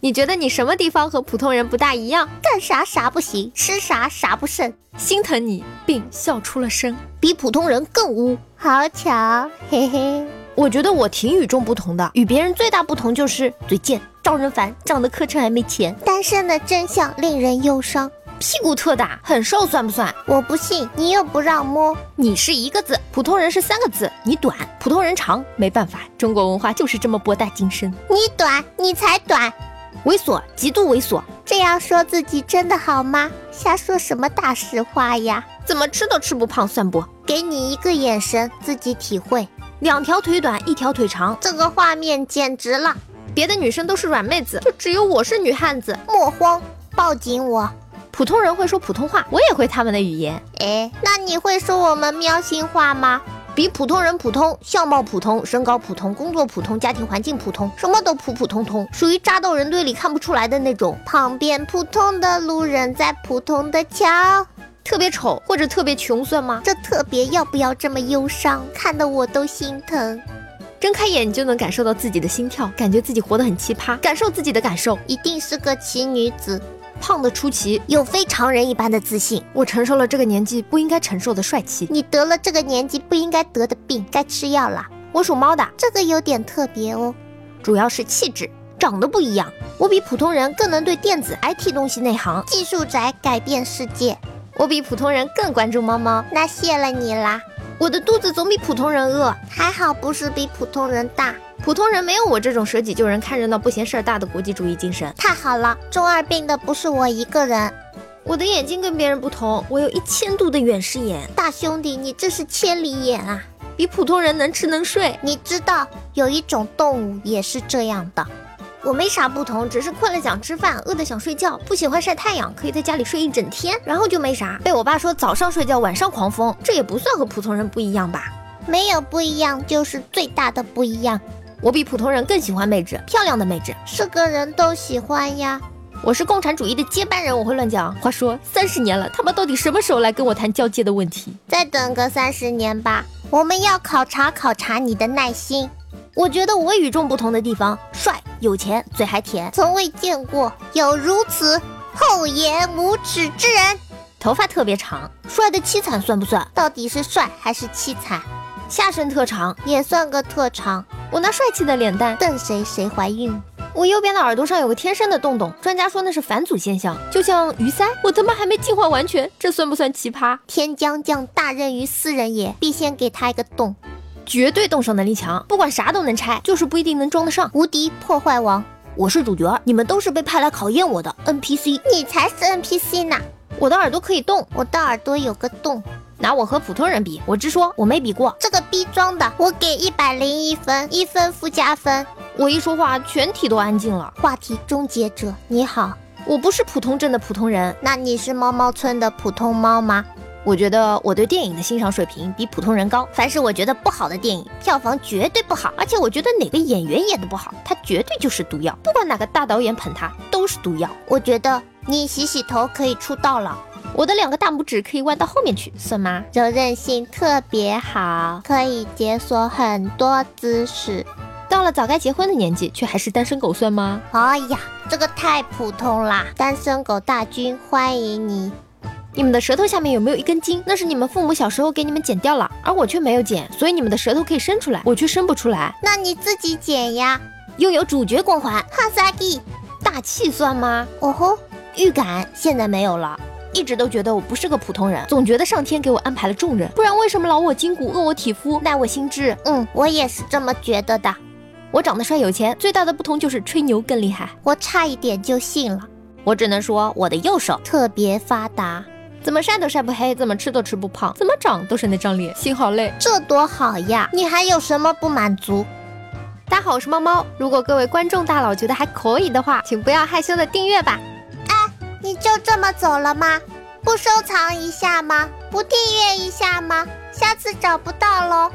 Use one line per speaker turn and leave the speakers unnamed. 你觉得你什么地方和普通人不大一样？
干啥啥不行，吃啥啥不剩，
心疼你，并笑出了声。
比普通人更污。好巧，嘿嘿。
我觉得我挺与众不同的，与别人最大不同就是嘴贱、招人烦、长得磕碜还没钱、
单身的真相令人忧伤。
屁股特大、很瘦算不算？
我不信，你又不让摸。
你是一个字，普通人是三个字。你短，普通人长，没办法，中国文化就是这么博大精深。
你短，你才短，
猥琐，极度猥琐。
这样说自己真的好吗？瞎说什么大实话呀？
怎么吃都吃不胖，算不？
给你一个眼神，自己体会。
两条腿短，一条腿长，
这个画面简直了！
别的女生都是软妹子，就只有我是女汉子。
莫慌，抱紧我。
普通人会说普通话，我也会他们的语言。
哎，那你会说我们喵星话吗？
比普通人普通，相貌普通，身高普通，工作普通，家庭环境普通，什么都普普通通，属于扎到人堆里看不出来的那种。
旁边普通的路人在普通的瞧，
特别丑或者特别穷算吗？
这特别要不要这么忧伤？看得我都心疼。
睁开眼，你就能感受到自己的心跳，感觉自己活得很奇葩，感受自己的感受，
一定是个奇女子。
胖的出奇，
有非常人一般的自信。
我承受了这个年纪不应该承受的帅气。
你得了这个年纪不应该得的病，该吃药了。
我属猫的，
这个有点特别哦，
主要是气质，长得不一样。我比普通人更能对电子 IT 东西内行，
技术宅改变世界。
我比普通人更关注猫猫，
那谢了你啦。
我的肚子总比普通人饿，
还好不是比普通人大。
普通人没有我这种舍己救人、看热闹不嫌事儿大的国际主义精神。
太好了，中二病的不是我一个人。
我的眼睛跟别人不同，
我有一千度的远视眼。
大兄弟，你这是千里眼啊！
比普通人能吃能睡。
你知道有一种动物也是这样的。
我没啥不同，只是困了想吃饭，饿的想睡觉，不喜欢晒太阳，可以在家里睡一整天，然后就没啥。
被我爸说早上睡觉，晚上狂风，这也不算和普通人不一样吧？
没有不一样，就是最大的不一样。
我比普通人更喜欢妹纸，漂亮的妹纸，
是个人都喜欢呀。
我是共产主义的接班人，我会乱讲。话说三十年了，他们到底什么时候来跟我谈交接的问题？
再等个三十年吧，我们要考察考察你的耐心。
我觉得我与众不同的地方，帅、有钱、嘴还甜，
从未见过有如此厚颜无耻之人。
头发特别长，帅的凄惨算不算？
到底是帅还是凄惨？
下身特长
也算个特长。
我那帅气的脸蛋
瞪谁谁怀孕。
我右边的耳朵上有个天生的洞洞，专家说那是返祖现象，就像鱼鳃。我他妈还没进化完全，这算不算奇葩？
天将降大任于斯人也，必先给他一个洞。
绝对动手能力强，不管啥都能拆，就是不一定能装得上。
无敌破坏王，
我是主角，你们都是被派来考验我的 NPC。
你才是 NPC 呢！
我的耳朵可以动，
我的耳朵有个洞。
拿我和普通人比，我直说我没比过。
这个逼装的，我给一百零一分，一分附加分。
我一说话，全体都安静了。
话题终结者，你好，
我不是普通镇的普通人，
那你是猫猫村的普通猫吗？
我觉得我对电影的欣赏水平比普通人高。
凡是我觉得不好的电影，票房绝对不好。
而且我觉得哪个演员演的不好，他绝对就是毒药。不管哪个大导演捧他，都是毒药。
我觉得你洗洗头可以出道了。
我的两个大拇指可以弯到后面去，算吗？
柔韧性特别好，可以解锁很多姿势。
到了早该结婚的年纪，却还是单身狗，算吗？
哎呀，这个太普通啦！单身狗大军欢迎你。
你们的舌头下面有没有一根筋？那是你们父母小时候给你们剪掉了，而我却没有剪，所以你们的舌头可以伸出来，我却伸不出来。
那你自己剪呀。
拥有主角光环，
哈萨蒂，
大气算吗？
哦吼，
预感现在没有了。一直都觉得我不是个普通人，总觉得上天给我安排了重任，不然为什么劳我筋骨，饿我体肤，耐我心智？
嗯，我也是这么觉得的。
我长得帅有钱，最大的不同就是吹牛更厉害。
我差一点就信了。
我只能说我的右手
特别发达，
怎么晒都晒不黑，怎么吃都吃不胖，怎么长都是那张脸，心好累。
这多好呀！你还有什么不满足？
大家好，我是猫猫。如果各位观众大佬觉得还可以的话，请不要害羞的订阅吧。
你就这么走了吗？不收藏一下吗？不订阅一下吗？下次找不到喽。